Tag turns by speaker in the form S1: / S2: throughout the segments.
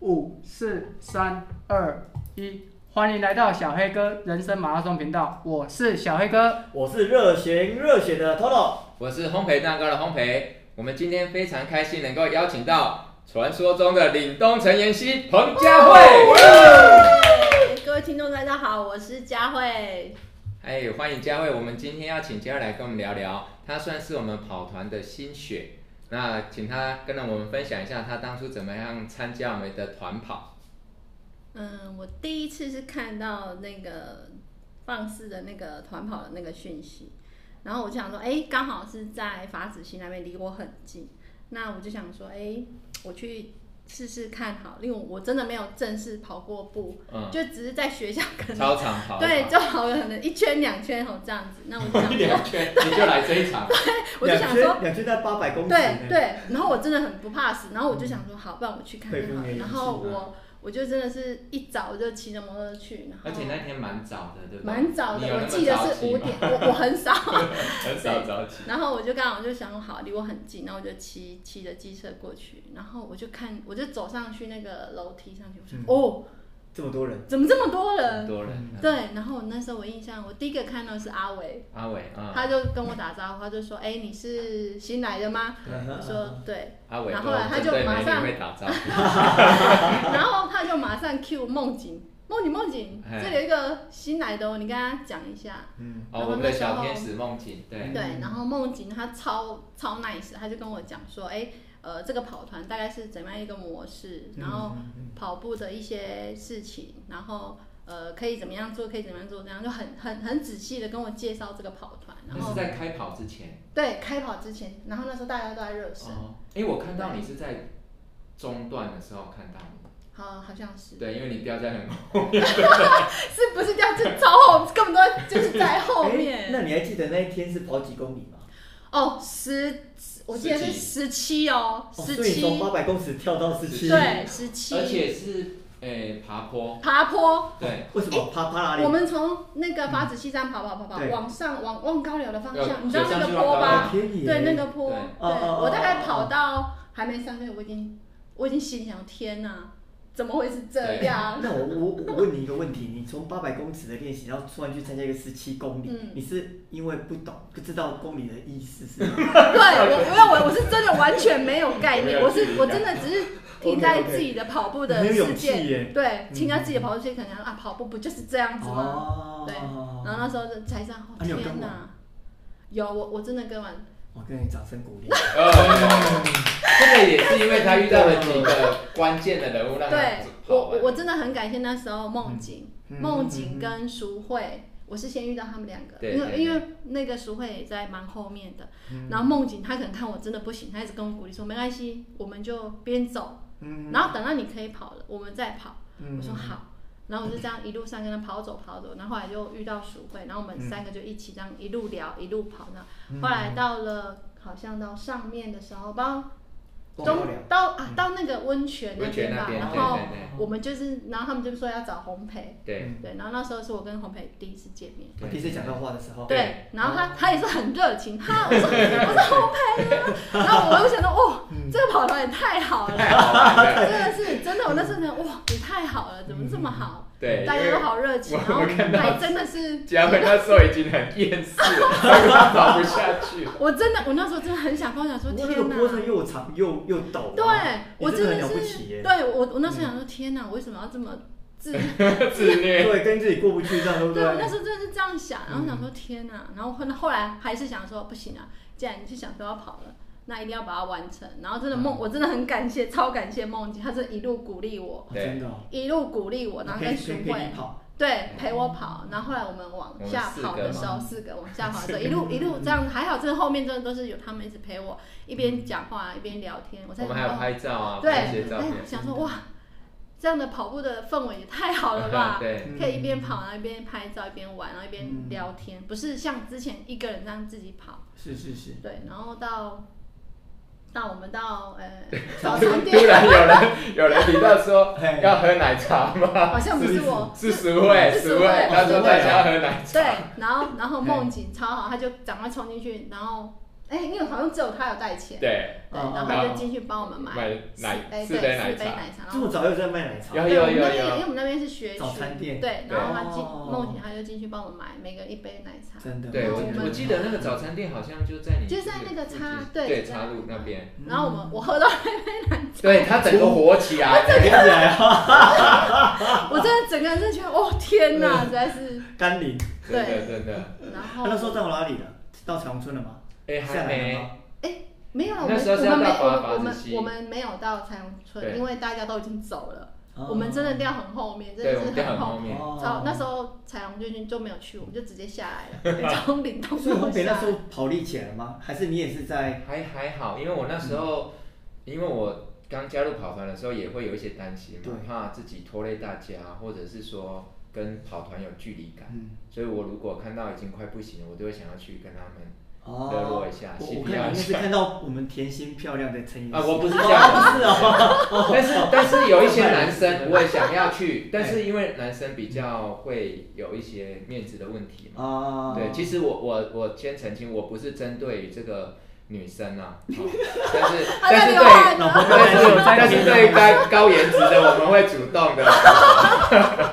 S1: 五、四、三、二、一，欢迎来到小黑哥人生马拉松频道，我是小黑哥。
S2: 我是热血热血的 Toro，
S3: 我是烘焙蛋糕的烘焙。我们今天非常开心能够邀请到传说中的岭东陈妍希彭佳慧。
S4: 各位听众大家好，我是佳慧。
S3: 哎，欢迎佳慧。我们今天要请佳慧来跟我们聊聊，她算是我们跑团的新血。那请她跟我们分享一下，她当初怎么样参加我们的团跑？
S4: 嗯，我第一次是看到那个放肆的那个团跑的那个讯息，然后我就想说，哎、刚好是在法子溪那边，离我很近，那我就想说，哎、我去试试看好，因为我真的没有正式跑过步，
S3: 嗯，
S4: 就只是在学校可能
S3: 操场跑一跑
S4: 对，就好了，可能一圈两圈哦这样子。那我就 想说，
S3: 两圈你就来这一场，
S4: 我就想
S2: 两
S4: 说
S2: 圈，两圈在八百公尺
S4: 对
S2: 呢，
S4: 对，然后我真的很不怕死，然后我
S3: 嗯
S4: 就想说，好，不然我去看看好
S2: 佩服
S4: 了。
S2: 你
S4: 然后
S2: 勇气
S4: 我我就真的是一早就骑着摩托车
S3: 而
S4: 去，然后
S3: 且那天蛮早的，对不对？
S4: 蛮早的，
S3: 你有那
S4: 我
S3: 么
S4: 记得是五
S3: 早起吗，，
S4: 点我我很少。
S3: 很少早起。
S4: 然后我就刚好就想好，离我很近，然后我就骑骑着机车过去，然后我就看，我就走上去那个楼梯上去，我想、
S2: 嗯
S4: 哦，
S2: 这么多人，
S4: 怎么这么
S3: 很
S4: 多人？
S3: 多人啊，
S4: 对，然后我那时候我印象，我第一个看到的是阿伟，
S3: 阿伟啊，
S4: 他就跟我打招呼，他就说：“哎、你是新来的
S3: 啊
S4: 吗？”我说：“对。”
S3: 阿伟
S4: 然
S3: 都
S4: 后呢他就
S3: 针对
S4: 马
S3: 美
S4: 上
S3: 女会打招呼。
S4: 然后他就马上 Q 梦景，梦景梦景，
S3: 哎
S4: 这里有一个新来的哦，你跟他讲一下。
S2: 嗯，
S3: 哦，我们的小天使梦境，对，
S4: 对，然后梦景他超超 nice，他就跟我讲说，哎，呃，这个跑团大概是怎么样一个模式，然后
S2: 嗯嗯
S4: 跑步的一些事情，然后呃，可以怎么样做，可以怎么样做，这样就很很很仔细的跟我介绍这个跑团。然
S3: 那是
S4: 后
S3: 在开跑之前。
S4: 对，开跑之前，然后那时候大家都在热身，
S3: 哦，哎，我看到你是在中段的时候看到你，
S4: 好，好像是，
S3: 对，因为你掉在很后
S4: 是不是这样？ 就超后，根本都就是在 后
S2: 哎
S4: 面。
S2: 那你还记得那一天是跑几公里吗？
S4: 哦，十，我记得是十七哦，
S2: 哦
S4: 十
S2: 所以你
S4: 七、
S2: 从八百公尺跳到十七，
S4: 对，十七，哦
S3: 而且是诶爬坡，
S4: 爬坡，
S3: 对，
S2: 为什么啪啪哪里
S4: 我？们从那个法子西站跑跑跑跑
S2: 对
S4: 往上往望高流的方
S3: 要
S4: 向，你知道那个
S3: 水上去
S4: 坡
S3: 往高
S2: 好
S4: 吧？
S2: 便宜耶，
S4: 对，那个坡，
S3: 对
S4: 对
S2: 哦哦哦
S4: 我大概
S2: 哦
S4: 跑到还没上去，我已经我已经心想，天哪，怎么会是这样？
S2: 那我我我问你一个问题，你从八百公尺的练习，然后突然去参加一个十七公里
S4: 嗯，
S2: 你是因为不懂不知道公里的意思是吗？
S4: 对我，因为我我是真的完全没有概
S3: 没
S4: 念，
S3: 有
S4: 我
S3: 距
S4: 是
S3: 离
S4: 我
S3: 感
S4: 真的只是停在
S2: OK，OK
S4: 自己的跑步的
S2: 很有
S4: 世
S2: 勇气
S4: 界
S2: 耶，
S4: 对，停在
S2: 嗯
S4: 自己的跑步世界，可能啊跑步不就是这样子吗？
S2: 哦
S4: 对然后那时候就才上，哦
S2: 啊你有跟
S4: 天
S2: 完
S4: 哪！有我我真的跟完，
S2: 我跟你掌声鼓励。
S3: 呃，这个也是因为他遇到了几个关键的人物，让他
S4: 对我
S3: 跑
S4: 我
S3: 完
S4: 我真的很感谢那时候梦景、
S2: 嗯
S4: 梦景跟淑慧，我是先遇到他们两个，
S3: 对
S4: 因为
S3: 对对
S4: 因为那个淑慧也在蛮后面的，
S2: 嗯
S4: 然后梦景他可能看我真的不行，他一直跟我鼓励说没关系，我们就边走，
S2: 嗯
S4: 然后等到你可以跑了，我们再跑。
S2: 嗯
S4: 我说好，然后我就这样一路上跟他跑走跑走，然后后来就遇到淑慧，然后我们三个就一起这样一路聊一路跑呢。
S2: 嗯
S4: 后来到了好像到上面的时候，帮
S2: 光
S4: 中
S2: 高粱
S4: 到啊到那个温泉
S3: 嗯
S4: 那
S3: 温泉
S4: 边
S3: 那
S4: 吧，
S3: 边，
S4: 然
S3: 对
S4: 后
S3: 对嗯对
S4: 我们就是，然后他们就说要找烘焙，
S3: 对
S4: 对，然后那时候是我跟烘焙第一次见面。
S3: 对，
S2: 第一次讲到话的时候，
S4: 对，然后他
S3: 哦
S4: 他也是很热情，他我说我是烘焙啊，然后我就想到，哇，
S3: 嗯
S4: 这个跑团也太 好了，
S3: 太好玩 了，
S4: 真的是真的，我那时候想，哇，也太好了，怎么这么好？
S3: 嗯对，
S4: 大家都好热情，然后
S3: 我看到
S4: 还真的是，
S3: 佳慧那时候已经很厌世了，他跑不下去了。
S4: 我真的，我那时候真的很想跟我讲说，
S2: 不过
S4: 天
S2: 那个
S4: 哪！
S2: 坡上又长又又陡啊，
S4: 对，我
S2: 你
S4: 真
S2: 真的
S4: 的
S2: 很了不起
S4: 是，
S2: 耶
S4: 对我我那时候想说，天哪，我为什么要这么自？
S3: 自虐，
S2: 对，跟自己过不去，这样对哦不
S4: 对我
S2: 对
S4: 那？时候真的是这样想，然后想说天哪，然后后后来还是想说不行啊，既然你是想说要跑了。那一定要把它完成，然后真的梦，我真的很感谢，超感谢梦姐，她是一路鼓励我，
S2: 哦真的哦，
S4: 一路鼓励我，然后
S2: 可以
S4: 跟
S2: 可
S4: 淑
S2: 以陪
S4: 慧
S2: 你跑，
S4: 对陪我跑，然后后来我们往下跑的时
S2: 我
S4: 候，
S2: 们
S4: 四个往下跑的时候，一路一路这样，还好，这后面真的都是有他们一直陪我，一边讲话一边聊天，我才哦
S3: 我们还有
S4: 想到
S3: 拍照啊，
S4: 对，
S3: 拍一
S4: 哎
S3: 些照片，，，
S4: 想说哇，这样的跑步的氛围也太好了吧
S3: 对，
S2: 嗯
S4: 可以一边跑，然后一边拍照，一边玩，然后一边
S2: 嗯
S4: 聊天，不是像之前一个人这样自己跑。
S2: 是是是，
S4: 对，然后到到我们到呃
S3: 突
S4: 早餐
S3: 突
S4: 店，
S3: 然有人有人提到说
S2: 嘿
S3: 要喝奶茶吗？
S4: 好像不是我。
S3: 是十位，
S4: 是
S3: 十
S4: 十位
S3: 位，他说他想要喝奶茶。
S4: 对，然后然后梦景超好，他就赶快冲进去，然后哎、因为好像只有他有带钱，
S3: 对，哦
S4: 对，
S2: 嗯
S4: 然后他就进去帮我们买
S3: 买
S4: 四
S3: 奶
S4: 哎
S3: 四
S4: 对
S3: 杯
S4: 四
S3: 奶
S4: 杯
S3: 茶，
S4: 奶茶，然
S2: 这
S4: 后
S2: 么早有在卖奶茶？
S3: 有
S4: 对，
S3: 有
S4: 我们
S3: 有
S4: 那边因为
S3: 有，
S4: 我们那边是学
S2: 早餐
S4: 区，
S2: 店
S4: 对，然后他进
S2: 哦
S4: 梦姐，他就进去帮我们买每个一杯奶茶，
S2: 真的，
S3: 对
S4: 然后
S3: 我
S4: 我们
S3: 我记得那个早餐店好像就在你
S4: 就是在那个叉
S3: 对
S4: 对
S3: 叉路那边，
S4: 然后我们我喝到，
S3: 对他整个火起 来，
S2: 听起来啊，
S4: 我真的整个人是觉得，哦天哪，实在是，
S2: 甘霖，
S4: 哦
S3: 真的真的，
S4: 然
S2: 他那时候
S4: 后
S2: 到哪里了？到长春了吗？
S3: 哎
S2: 下
S3: 还
S2: 来了
S3: 没
S2: 吗？
S4: 没有，我
S3: 那
S4: 们
S3: 时候
S4: 我
S3: 是要
S4: 们没
S3: 到八
S4: 我们我
S3: 八
S4: 们
S3: 十七
S4: 我们没有到彩虹
S3: 对
S4: 村，因为大家都已经走了，
S2: 哦
S4: 我们真的掉很后面，真
S3: 对
S4: 的
S3: 我们
S4: 是
S3: 掉很后
S4: 后。
S3: 面，
S2: 哦
S4: 超那时候彩虹军就没有去，我们就直接下 来了，从岭东
S2: 所以
S4: 路
S2: 烘焙
S4: 下
S2: 那
S4: 来
S2: 时候跑力起来了 吗？还是你也是在
S3: 还还好，因为我那时
S2: 嗯
S3: 候，因为我刚加入跑团的时候，也会有一些担心嘛
S2: 对，
S3: 怕自己拖累大家，或者是说跟跑团有距离感，
S2: 嗯
S3: 所以我如果看到已经快不行了，我就会想要去跟他们
S2: 哦
S3: 热络一下
S2: 我
S3: 嬉
S2: 我
S3: 皮
S2: 看你应
S3: 一
S2: 该是
S3: 下
S2: 看到我们甜心漂亮的陈怡
S3: 啊，我不是这样的。
S2: 啊是哦， 哎
S3: 但是但是有一些 男生我也想要去，但是因为男生比较会有一些面子的问题
S2: 啊
S3: 嘛。对，其实我我我先澄清，我不是针对于这个女生啊， 哦但是但是
S4: 流
S3: 对
S4: 汗
S2: 老
S4: 了，
S2: 婆
S3: 但
S2: 在
S3: 是
S2: 有在
S3: 但
S2: 听
S3: 是
S2: 哦
S3: 对于高高颜值的，我们会主动啊的。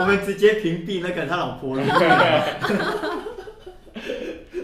S2: 我们直接屏蔽那个他老 婆了。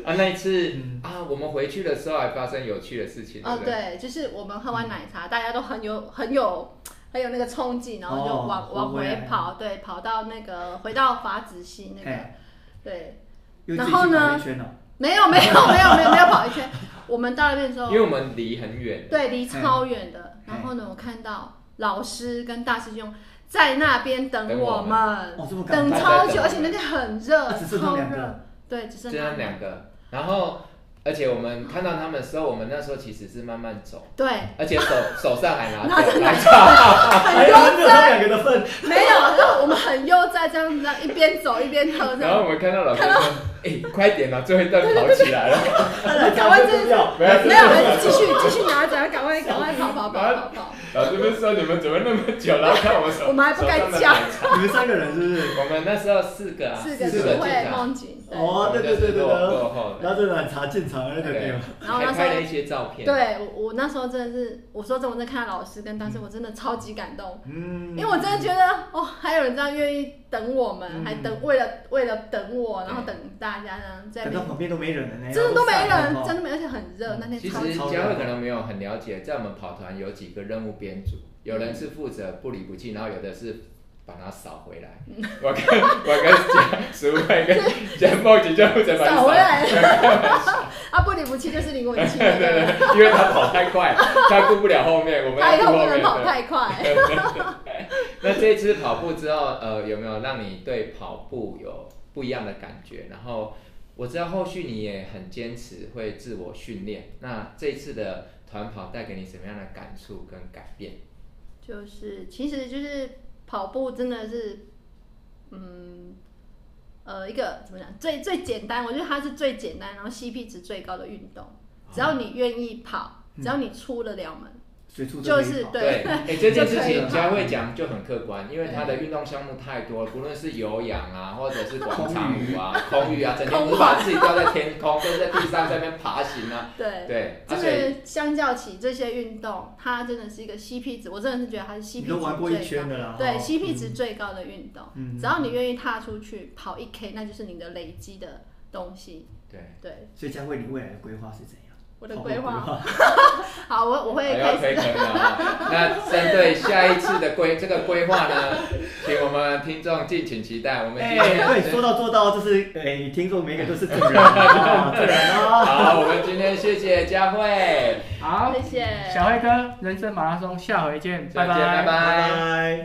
S3: 啊，那一次
S2: 嗯
S3: 啊，我们回去的时候还发生有趣的事情，对
S4: 哦
S3: 不，对？
S4: 对，就是我们喝完奶茶，大家都很有很有很有那个冲劲，然后就
S2: 哦
S4: 往、往
S2: 回回
S4: 回
S2: 来
S4: 跑，对，跑到那个回到法子溪那个，
S2: 哎，
S4: 对，
S2: 又自
S4: 然
S2: 己去
S4: 后呢
S2: 跑一圈了。
S4: 没有没 有没有没有没有跑一圈，我们到那边之后
S3: 因，为我们离很远，
S4: 对，离超远的，
S2: 哎
S4: 然后呢，我看到老师跟大师兄在那边等
S3: 等我
S4: 我们，
S2: 哦，这么赶
S4: 等
S2: 吗
S3: 他
S4: 超
S3: 在
S4: 久，
S3: 等
S4: 而且那边很热
S2: 啊，只剩他
S4: 超
S2: 们两个
S4: 热，对，只
S3: 就
S4: 剩
S3: 那
S4: 他们
S3: 两个，然后而且我们看到他们的时候，我们那时候其实是慢慢走，
S4: 对，
S3: 而 且手手上还拿
S4: 拿着
S3: 奶
S4: 奶
S3: 茶，
S2: 哎呀，没有他们两个的 份。
S4: 没有，就我们很悠哉这样子，一边走一边喝这
S3: 然后
S4: 样。
S3: 我们看到老师说：“哎，快点啊，最后一段跑起来了。
S2: 他俩赶快丢掉。
S3: 没有
S4: 没有，还是继续继续拿着，赶快赶快跑跑跑跑跑。”
S3: 老师就说：“你们怎么那么久了？”看我手，
S4: 我们还不敢
S3: 手上的
S4: 讲
S3: 奶茶
S2: 你们三个人是不是？
S3: 我们那时候四个啊，
S4: 四个
S2: 四
S4: 智
S2: 个
S3: 进
S4: 慧
S3: 场，
S4: 梦境，对
S2: 哦，对对对对
S3: 我们就是
S2: 对。
S3: 落后的
S2: 拿着奶茶进场那个地方，
S4: 然后
S3: 还
S4: 那时候
S3: 拍了一些照片，
S4: 对我我那时候真的是，我说真的，我真的看到老师跟当时我真的超级感动，
S2: 嗯
S4: 因为我真的觉得哦，还有人这样愿意等我们，
S2: 嗯
S4: 还等为了为了等我，然后等大家这样在那
S2: 等到
S4: 边，
S2: 旁边都没人了呢，
S4: 真的都没
S2: 然
S4: 人，
S2: 后
S4: 真的没，而且很热，那天
S3: 嗯其实
S4: 超级
S3: 佳慧可能没有很了解，在我们跑团有几个任务编组，有人是负责不离不弃，然后有的是把它扫回 来。我跟我跟佳淑慧跟 佳梦姐就负责把它
S4: 找
S3: 扫
S4: 回。来了， 啊不离不弃就是离我近
S3: 对
S4: 的，
S3: 对对，因为他跑太快，他顾不了后面， 我们
S4: 他
S3: 要
S4: 以
S3: 顾
S4: 后
S3: 后
S4: 不
S3: 面
S4: 能跑
S3: 的。
S4: 太快。
S3: 那这次跑步之后，呃，有没有让你对跑步有不一样的感觉？然后我知道后续你也很坚持会自我训练，那这次的团跑带给你什么样的感触跟改变？
S4: 就是其实就是跑步真的是，嗯，呃，一个怎么讲最最简单，我觉得它是最简单，然后 CP 值最高的运动。
S2: 哦
S4: 只要你愿意跑，只
S2: 嗯
S4: 要你出得了门，
S2: 随处都
S4: 就
S2: 可以
S4: 是
S2: 跑
S4: 对
S3: 对，哎、这件事
S4: 就可以
S3: 情
S4: 了
S3: 佳慧讲就很客观，因为她的运动项目太多了，不论是有氧啊，或者是广场舞啊、空域啊，整天
S4: 空
S3: 无把自己吊在天空，就是在地上在那边爬行啊，
S4: 对，
S3: 对，而
S4: 真
S3: 且
S4: 的相较起这些运动，它真的是一个 CP 值，我真的是觉得它是 CP
S2: 你
S4: 值
S2: 都玩过一
S4: 最
S2: 圈
S4: 高。
S2: 的啦，
S4: 对
S2: 哈
S4: ，CP 值最高的运动，
S2: 嗯
S4: 只要你愿意踏出去跑一 K，那就是你的累积的东西。
S3: 对，
S4: 对，
S2: 所以佳慧，你未来的规划是怎样？
S4: 我的
S2: 跑步
S4: 规划， 好，我我会
S3: 还
S4: 开
S3: 要
S4: 始
S3: 推坑了啊！那针对下一次的规这个规划呢，请我们听众敬请期待。我们今
S2: 哎，
S3: 天、
S2: 对，说到做到，就是哎，听众每个都是主 人啊，主人啊。
S3: 好，我们今天谢谢佳慧，
S1: 好，
S4: 谢谢，
S1: 小辉哥，人生马拉松，下回见，
S3: 再见，拜
S2: 拜拜。